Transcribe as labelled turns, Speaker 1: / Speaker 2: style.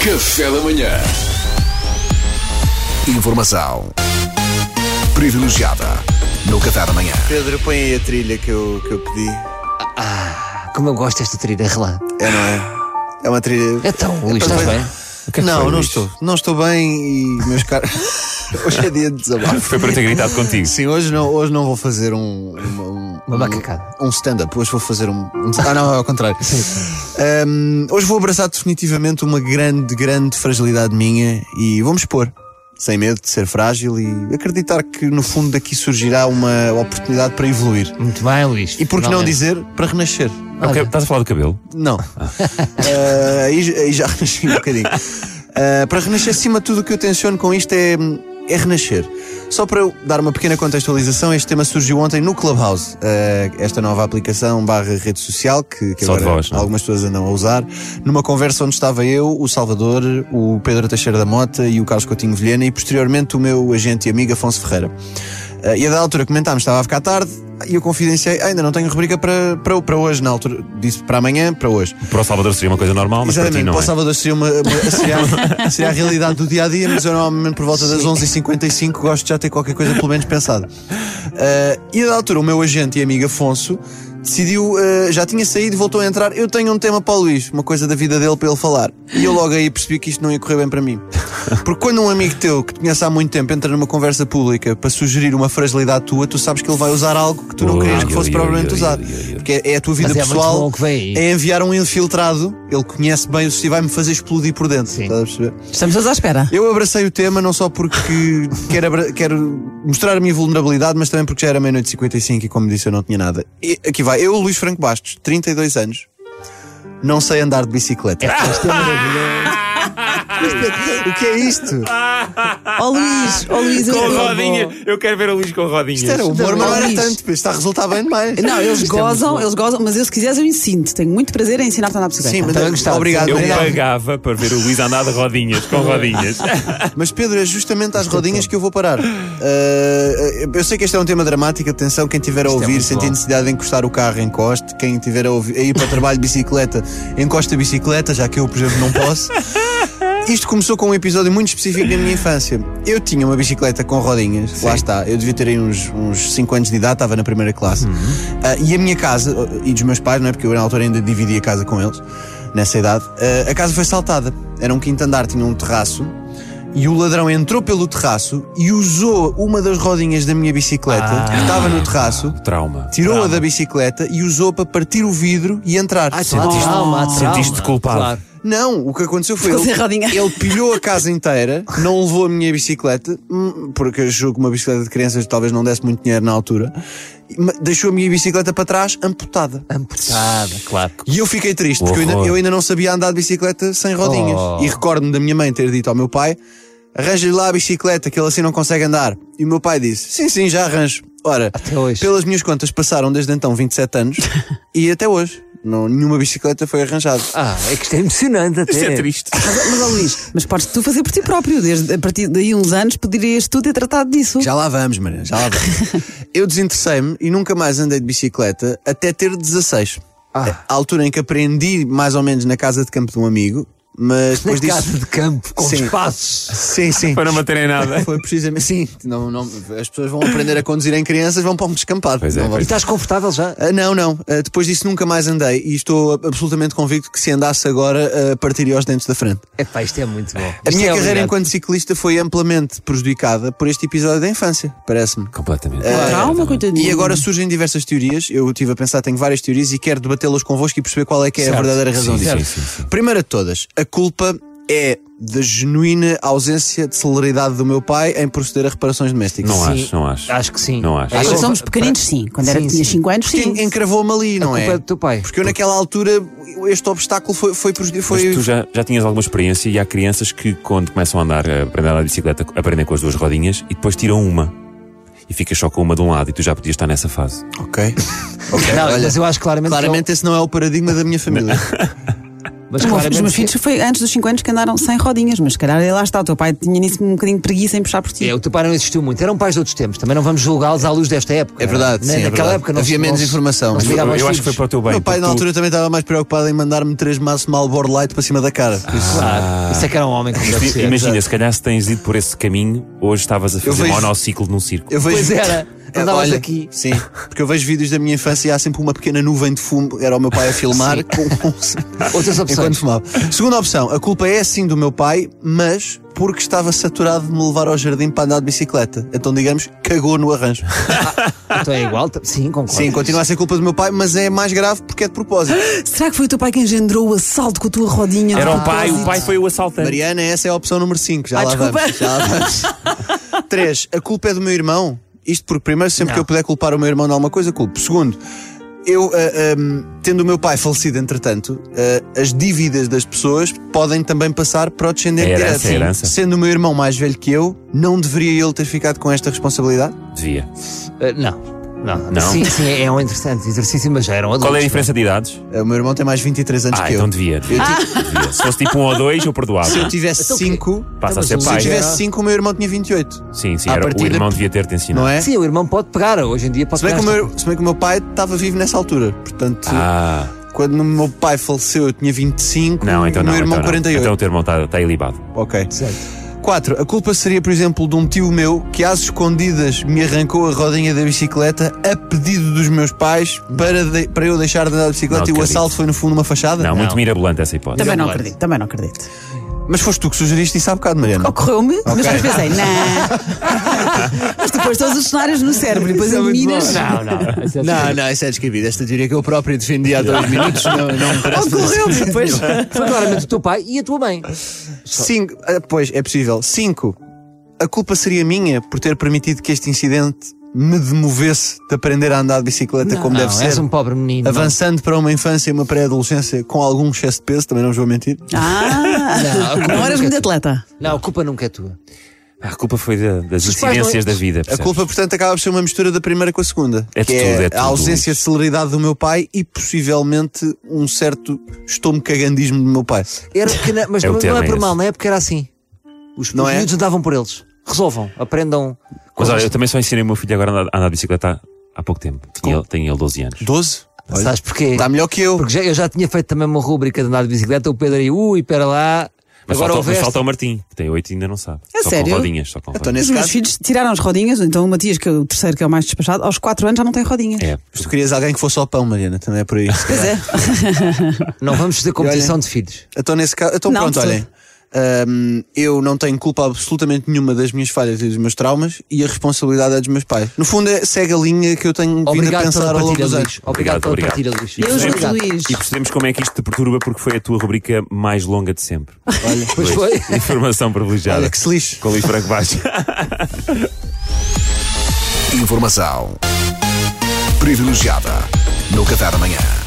Speaker 1: Café da Manhã. Informação privilegiada no Café da Manhã.
Speaker 2: Pedro, põe aí a trilha que eu, que eu pedi.
Speaker 3: Como eu gosto desta trilha, relã.
Speaker 2: É, não é? É uma trilha.
Speaker 3: Então, Luís, estás
Speaker 2: para-
Speaker 3: bem? O que é que
Speaker 2: não,
Speaker 3: foi,
Speaker 2: não
Speaker 3: Luís?
Speaker 2: estou. Não estou bem e, meus caros. hoje é dia de desabafo.
Speaker 4: Foi para ter gritado contigo.
Speaker 2: Sim, hoje não, hoje não vou fazer um. Uma, um-
Speaker 3: Uma macacada.
Speaker 2: Um stand-up. Hoje vou fazer um. um- ah, não, é ao contrário. Um, hoje vou abraçar definitivamente uma grande, grande fragilidade minha e vou-me expor. Sem medo de ser frágil e acreditar que no fundo daqui surgirá uma oportunidade para evoluir.
Speaker 3: Muito bem, Luís.
Speaker 2: E por que não
Speaker 3: finalmente.
Speaker 2: dizer para renascer?
Speaker 4: É o que- Estás a falar do cabelo?
Speaker 2: Não. Eh, aí, j- aí já renasci um bocadinho. Eh, para renascer, acima de tudo, o que eu tenciono com isto é, hum, é renascer. Só para eu dar uma pequena contextualização, este tema surgiu ontem no Clubhouse, eh, esta nova aplicação barra rede social que, que
Speaker 4: Só de
Speaker 2: agora
Speaker 4: voz, não é?
Speaker 2: algumas pessoas andam a usar, numa conversa onde estava eu, o Salvador, o Pedro Teixeira da Mota e o Carlos Coutinho Vilhena e posteriormente o meu agente e amigo Afonso Ferreira. Eh, e a da altura comentámos, estava a ficar tarde e eu confidenciei, "Ah, ainda não tenho rubrica para, para, para hoje, na altura disse para amanhã, para hoje.
Speaker 4: Para o Salvador seria uma coisa normal, mas para ti
Speaker 2: Exatamente,
Speaker 4: não
Speaker 2: para o
Speaker 4: é.
Speaker 2: Salvador seria, uma, uma- seria, a- seria a realidade do dia a dia, mas eu normalmente por volta das 11h55 gosto de já ter qualquer coisa pelo menos pensado. Ah, e a da altura, o meu agente e amigo Afonso decidiu, ah, já tinha saído, voltou a entrar. Eu tenho um tema para o Luís, uma coisa da vida dele para ele falar. E eu logo aí percebi que isto não ia correr bem para mim. Porque quando um amigo teu que te conhece há muito tempo entra numa conversa pública para sugerir uma fragilidade tua, tu sabes que ele vai usar algo que tu não
Speaker 4: Ui,
Speaker 2: querias que fosse
Speaker 4: ui,
Speaker 2: provavelmente
Speaker 4: ui, ui,
Speaker 2: usado.
Speaker 4: ui, ui.
Speaker 2: Porque é- é a tua vida
Speaker 3: Mas é muito bom
Speaker 2: pessoal
Speaker 3: o que vem aí.
Speaker 2: é enviar um infiltrado, ele conhece bem o sistema e vai-me fazer explodir por dentro.
Speaker 3: Sim.
Speaker 2: estás a perceber?
Speaker 5: Estamos todos à espera.
Speaker 2: Eu abracei o tema não só porque quero, abra- quero mostrar a minha vulnerabilidade, mas também porque já era meia-noite e 55 e, como disse, eu não tinha nada. E aqui vai, eu, Luís Franco Bastos, 32 anos, não sei andar de bicicleta. Isto é maravilhoso. o que é isto?
Speaker 5: Ó Luís, ó Luís, eu- eu-
Speaker 4: Eu quero ver o Luís com rodinhas.
Speaker 2: Isto era um humor, mas não era
Speaker 5: Luís.
Speaker 2: tanto. Isto está a resultar bem demais. é
Speaker 5: Não, eles gozam, eles gozam, mas eu se quiseres eu ensino-te. Tenho muito prazer em ensinar-te a andar de bicicleta. Então,
Speaker 2: Sim, mas
Speaker 3: Também Então gostava.
Speaker 2: obrigado,
Speaker 4: Eu
Speaker 2: obrigado.
Speaker 4: pagava para ver o Luís andar de rodinhas, com rodinhas.
Speaker 2: Mas Pedro, é justamente às rodinhas que eu vou parar. Uh, eu sei que este é um tema dramático, atenção, quem estiver a
Speaker 3: Isto é
Speaker 2: ouvir,
Speaker 3: muito
Speaker 2: sentindo
Speaker 3: bom.
Speaker 2: necessidade de encostar o carro, encoste. Quem estiver a, ouvir- a ir para o trabalho de bicicleta, encosta a bicicleta, já que eu, por exemplo, não posso. Isto começou com um episódio muito específico da minha infância. Eu tinha uma bicicleta com rodinhas, lá está. Eu devia ter aí uns, uns 5 anos de idade, estava na primeira classe. Ah, e a minha casa, e dos meus pais, não é? Porque eu na altura ainda dividia a casa com eles, nessa idade. ah, a casa foi saltada. Era um quinto andar, tinha um terraço. E o ladrão entrou pelo terraço e usou uma das rodinhas da minha bicicleta, que estava no terraço,
Speaker 4: Trauma.
Speaker 2: tirou-a
Speaker 4: Trauma.
Speaker 2: da bicicleta e usou para partir o vidro e entrar.
Speaker 3: Sentiste-
Speaker 5: trauma,
Speaker 3: trauma.
Speaker 4: Sentiste-te culpado.
Speaker 3: Claro.
Speaker 2: Não, o que aconteceu foi
Speaker 5: Ficou
Speaker 2: ele,
Speaker 5: sem rodinha.
Speaker 2: ele pilhou a casa inteira, não levou a minha bicicleta, hum, porque achou que uma bicicleta de crianças talvez não desse muito dinheiro na altura, e ma- deixou a minha bicicleta para trás amputada.
Speaker 3: Amputada, claro.
Speaker 2: E eu fiquei triste,
Speaker 4: O
Speaker 2: porque eu ainda,
Speaker 4: horror.
Speaker 2: eu ainda não sabia andar de bicicleta sem rodinhas.
Speaker 3: Oh.
Speaker 2: E recordo-me da minha mãe ter dito ao meu pai: arranja-lhe lá a bicicleta, que ele assim não consegue andar. E o meu pai disse: sim, sim, já arranjo. Ora,
Speaker 3: Até hoje.
Speaker 2: pelas minhas contas, passaram desde então 27 anos e até hoje. Não, nenhuma bicicleta foi arranjada.
Speaker 3: Ah, é que isto é emocionante até.
Speaker 4: Isto é triste.
Speaker 5: Mas, mas ó Luís, mas podes tu fazer por ti próprio. Desde, a partir daí uns anos poderias tu ter tratado disso.
Speaker 2: Já lá vamos, Mariana, já lá vamos. eu desinteressei-me e nunca mais andei de bicicleta até ter 16.
Speaker 3: Ah.
Speaker 2: A altura em que aprendi mais ou menos na casa de campo de um amigo, mas
Speaker 3: Na
Speaker 2: depois disso.
Speaker 3: casa de campo, com
Speaker 2: Sim.
Speaker 3: espaços.
Speaker 2: Sim, sim.
Speaker 4: Para não baterem nada.
Speaker 2: Foi precisamente assim. Não, não, as pessoas vão aprender a conduzir em crianças, vão para um descampado.
Speaker 4: Pois é,
Speaker 2: não, vão-
Speaker 3: E estás confortável já?
Speaker 2: Ah, não, não. Ah, depois disso nunca mais andei e estou ab- absolutamente convicto que se andasse agora ah, partiria os dentes da frente.
Speaker 3: Epá, isto é muito bom.
Speaker 2: A
Speaker 3: Isto
Speaker 2: minha
Speaker 3: é
Speaker 2: carreira
Speaker 3: obrigado.
Speaker 2: enquanto ciclista foi amplamente prejudicada por este episódio da infância, parece-me.
Speaker 4: Completamente.
Speaker 5: Trauma, coitadinho.
Speaker 2: E agora surgem diversas teorias. Eu estive a pensar, tenho várias teorias e quero debatê-las convosco e perceber qual é que é a
Speaker 3: Certo.
Speaker 2: verdadeira razão
Speaker 4: Sim,
Speaker 2: disso.
Speaker 4: sim, sim, sim.
Speaker 2: Primeira de todas, a culpa é da genuína ausência de celeridade do meu pai em proceder a reparações domésticas.
Speaker 4: Não
Speaker 3: Sim.
Speaker 4: acho, não acho.
Speaker 3: Acho que sim.
Speaker 4: Não acho.
Speaker 3: É,
Speaker 2: Acho
Speaker 5: Quando
Speaker 2: que-
Speaker 5: somos pequeninos, sim. Quando
Speaker 3: Sim,
Speaker 5: era, tinha
Speaker 3: sim.
Speaker 5: 5 anos, sim.
Speaker 2: Porque encravou-me ali, não
Speaker 3: A
Speaker 2: é?
Speaker 3: culpa é do teu pai.
Speaker 2: Porque eu naquela altura este obstáculo foi foi prejudi- foi,
Speaker 4: Mas tu já, já tinhas alguma experiência e há crianças que, quando começam a andar, a aprender a andar de bicicleta, aprendem com as duas rodinhas e depois tiram uma. E ficas só com uma de um lado e tu já podias estar nessa fase.
Speaker 2: Ok. Ok,
Speaker 4: Então-
Speaker 3: Não,
Speaker 2: olha,
Speaker 3: mas eu acho claramente. que
Speaker 2: claramente esse não é o paradigma da minha família.
Speaker 3: Mas
Speaker 5: Os meus-
Speaker 3: claramente
Speaker 5: os meus
Speaker 3: que-
Speaker 5: filhos foi antes dos 5 anos que andaram sem rodinhas, mas se calhar lá está, o teu pai tinha nisso um bocadinho de preguiça em puxar por ti.
Speaker 3: É, o teu pai não existiu muito. Eram pais de outros tempos. Também não vamos julgá-los à luz desta época.
Speaker 2: É verdade,
Speaker 3: Nem
Speaker 2: sim, é
Speaker 3: Naquela
Speaker 2: verdade.
Speaker 3: época não
Speaker 2: Havia
Speaker 3: se-
Speaker 2: menos
Speaker 3: não se-
Speaker 2: informação.
Speaker 3: não se
Speaker 4: Eu,
Speaker 3: ligava aos
Speaker 4: eu acho que foi
Speaker 3: filhos.
Speaker 4: para o teu bem.
Speaker 2: meu pai
Speaker 4: porque
Speaker 2: na
Speaker 4: tu-
Speaker 2: altura também estava mais preocupado em mandar-me três maços Malbor Light para cima da cara.
Speaker 4: Ah,
Speaker 2: Por isso,
Speaker 3: Claro. Isso é que era um homem como deve ser.
Speaker 4: Imagina, se calhar se tens ido por esse caminho, hoje estavas a fazer
Speaker 2: vejo-
Speaker 4: monociclo um num circo.
Speaker 2: eu vejo...
Speaker 3: Pois era.
Speaker 2: É,
Speaker 3: Andavas
Speaker 2: olha,
Speaker 3: aqui.
Speaker 2: Sim, porque eu vejo vídeos da minha infância e há sempre uma pequena nuvem de fumo. Era o meu pai a filmar com um
Speaker 3: Outras opções.
Speaker 2: enquanto fumava. Segunda opção, a culpa é sim do meu pai, mas porque estava saturado de me levar ao jardim para andar de bicicleta. Então, digamos, cagou no arranjo.
Speaker 3: Então é igual? tá- Sim, concordo.
Speaker 2: Sim, continua a ser culpa do meu pai, mas é mais grave porque é de propósito.
Speaker 5: Será que foi o teu pai que engendrou o assalto com a tua rodinha? de
Speaker 4: Era o pai, o
Speaker 5: propósito?
Speaker 4: pai foi o assaltante.
Speaker 2: Mariana, essa é a opção número 5. Já,
Speaker 5: Ah,
Speaker 2: lá
Speaker 5: desculpa.
Speaker 2: vamos, já lá vamos. 3. A culpa é do meu irmão. Isto porque, primeiro, sempre que eu puder culpar o meu irmão de alguma coisa, culpo. Segundo, eu, ah, ahm, tendo o meu pai falecido, entretanto, ah, as dívidas das pessoas podem também passar para o descendente
Speaker 4: É herança,
Speaker 2: direto.
Speaker 4: é herança.
Speaker 2: Sendo o meu irmão mais velho que eu, não deveria ele ter ficado com esta responsabilidade?
Speaker 4: Devia.
Speaker 3: Ah, não. não.
Speaker 4: Não?
Speaker 3: Sim, sim, é um interessante exercício, mas já eram adultos.
Speaker 4: Qual é a diferença de idades?
Speaker 2: Ah, o meu irmão tem mais 23 anos
Speaker 4: Ah,
Speaker 2: que é eu. Ah.
Speaker 4: então devia. devia. Devia. Se fosse tipo um ou dois, eu perdoava.
Speaker 2: Se eu tivesse
Speaker 3: Então,
Speaker 2: 5,
Speaker 4: Passa a
Speaker 3: Mas
Speaker 4: ser
Speaker 3: o
Speaker 2: se eu
Speaker 4: pai.
Speaker 3: Sim,
Speaker 2: tivesse 5, o meu irmão tinha 28.
Speaker 4: Sim, sim,
Speaker 2: à
Speaker 4: era, o
Speaker 2: partida-
Speaker 4: irmão devia ter-te ensinado.
Speaker 2: Não é?
Speaker 3: Sim, o irmão pode pegar. Hoje em dia pode
Speaker 2: Se bem,
Speaker 3: pegar.
Speaker 2: que o meu, se bem que o meu pai estava vivo nessa altura, portanto,
Speaker 4: Ah,
Speaker 2: quando o meu pai faleceu eu tinha 25
Speaker 4: não, então
Speaker 2: e o meu
Speaker 4: não.
Speaker 2: irmão
Speaker 4: então, não.
Speaker 2: 48.
Speaker 4: então o teu irmão está tá ilibado.
Speaker 2: Ok.
Speaker 3: Certo.
Speaker 2: 4. A culpa seria, por exemplo, de um tio meu que às escondidas me arrancou a rodinha da bicicleta a pedido dos meus pais para, de- para eu deixar de andar de bicicleta
Speaker 4: Não
Speaker 2: e o
Speaker 4: acredito.
Speaker 2: assalto foi no fundo uma fachada?
Speaker 4: Não, muito mirabolante essa hipótese.
Speaker 5: Também não
Speaker 3: Exato.
Speaker 5: acredito, também não acredito.
Speaker 2: Mas foste tu que sugeriste isso há bocado, Mariana.
Speaker 5: Ocorreu-me, mas depois pensei, não. mas depois todos os cenários no cérebro, e depois
Speaker 2: Isso é muito
Speaker 5: eliminas.
Speaker 3: Não, não. isso é
Speaker 2: Não, não, isso é descabido. Esta teoria que eu próprio defendi há dois minutos não, não me parece.
Speaker 5: Ocorreu-me, depois.
Speaker 3: Foi claramente o teu pai e a tua mãe.
Speaker 2: Cinco, ah, pois, é possível. 5. A culpa seria minha por ter permitido que este incidente me demovesse de aprender a andar de bicicleta como
Speaker 3: não,
Speaker 2: deve ser.
Speaker 3: és um pobre menino.
Speaker 2: Avançando para uma infância e uma pré-adolescência com algum excesso de peso, também não vos vou mentir.
Speaker 5: Ah,
Speaker 3: Não, a culpa
Speaker 5: não eras
Speaker 3: nunca-
Speaker 5: muito atleta.
Speaker 3: Não, a culpa nunca é tua.
Speaker 4: Ah, a culpa foi da- das
Speaker 3: Os pais não-
Speaker 4: incidências da vida.
Speaker 2: A
Speaker 4: percebes?
Speaker 2: culpa, portanto, acaba por ser uma mistura da primeira com a segunda.
Speaker 4: É de
Speaker 2: que
Speaker 4: tudo,
Speaker 2: é,
Speaker 4: é de
Speaker 2: a
Speaker 4: tudo,
Speaker 2: ausência
Speaker 4: Luís.
Speaker 2: de celeridade do meu pai e possivelmente um certo estômago cagandismo do meu pai.
Speaker 3: Era que na- mas
Speaker 4: É o
Speaker 3: não, não
Speaker 4: termo
Speaker 3: é por
Speaker 4: esse.
Speaker 3: mal, na época era assim. Os,
Speaker 2: Não
Speaker 3: os
Speaker 2: é?
Speaker 3: miúdos andavam por eles. Resolvam, aprendam.
Speaker 4: Mas
Speaker 3: com
Speaker 4: olha, eu
Speaker 3: isto.
Speaker 4: também só ensinei o meu filho agora a andar, a andar de bicicleta há, há pouco tempo. Tinha ele, tem ele 12 anos.
Speaker 2: 12?
Speaker 3: Sabes porquê?
Speaker 2: Está melhor que eu.
Speaker 3: Porque já- eu já tinha feito também uma rúbrica de andar de bicicleta, o Pedro aí, ui, pera lá.
Speaker 4: Mas,
Speaker 3: agora
Speaker 4: falta,
Speaker 3: houveste.
Speaker 4: mas falta o Martim, que tem 8 e ainda não sabe.
Speaker 5: É
Speaker 4: só
Speaker 5: sério?
Speaker 4: com rodinhas, só com
Speaker 2: Então,
Speaker 4: rodinhas.
Speaker 5: Os
Speaker 2: nesse
Speaker 5: meus
Speaker 2: caso,
Speaker 5: filhos tiraram as rodinhas, então o Matias, que é o terceiro, que é o mais despachado, aos 4 anos já não tem rodinhas.
Speaker 4: É.
Speaker 2: mas tu querias alguém que fosse ao pão, Mariana, também é por aí.
Speaker 5: Pois é.
Speaker 3: Não vamos fazer competição de filhos.
Speaker 2: Então, nesse caso, então
Speaker 5: Não,
Speaker 2: pronto,
Speaker 5: de
Speaker 2: olhem. Ahm, eu não tenho culpa absolutamente nenhuma das minhas falhas e dos meus traumas e a responsabilidade é dos meus pais. No fundo, é, segue a linha que eu tenho vindo a
Speaker 3: Obrigado
Speaker 2: pensar
Speaker 3: pela
Speaker 2: ao longo
Speaker 3: partilha,
Speaker 2: dos anos.
Speaker 3: Luís. Obrigado pela
Speaker 4: Obrigado,
Speaker 3: partilha, Luís.
Speaker 5: Deus nos
Speaker 3: Obrigado.
Speaker 5: Luís.
Speaker 4: E percebemos como é que isto te perturba porque foi a tua rubrica mais longa de sempre.
Speaker 2: Olha,
Speaker 3: Pois foi.
Speaker 4: Informação privilegiada.
Speaker 2: olha que se lixe.
Speaker 4: Com o Luís Franco Baixo.
Speaker 1: Informação privilegiada no Café da Manhã.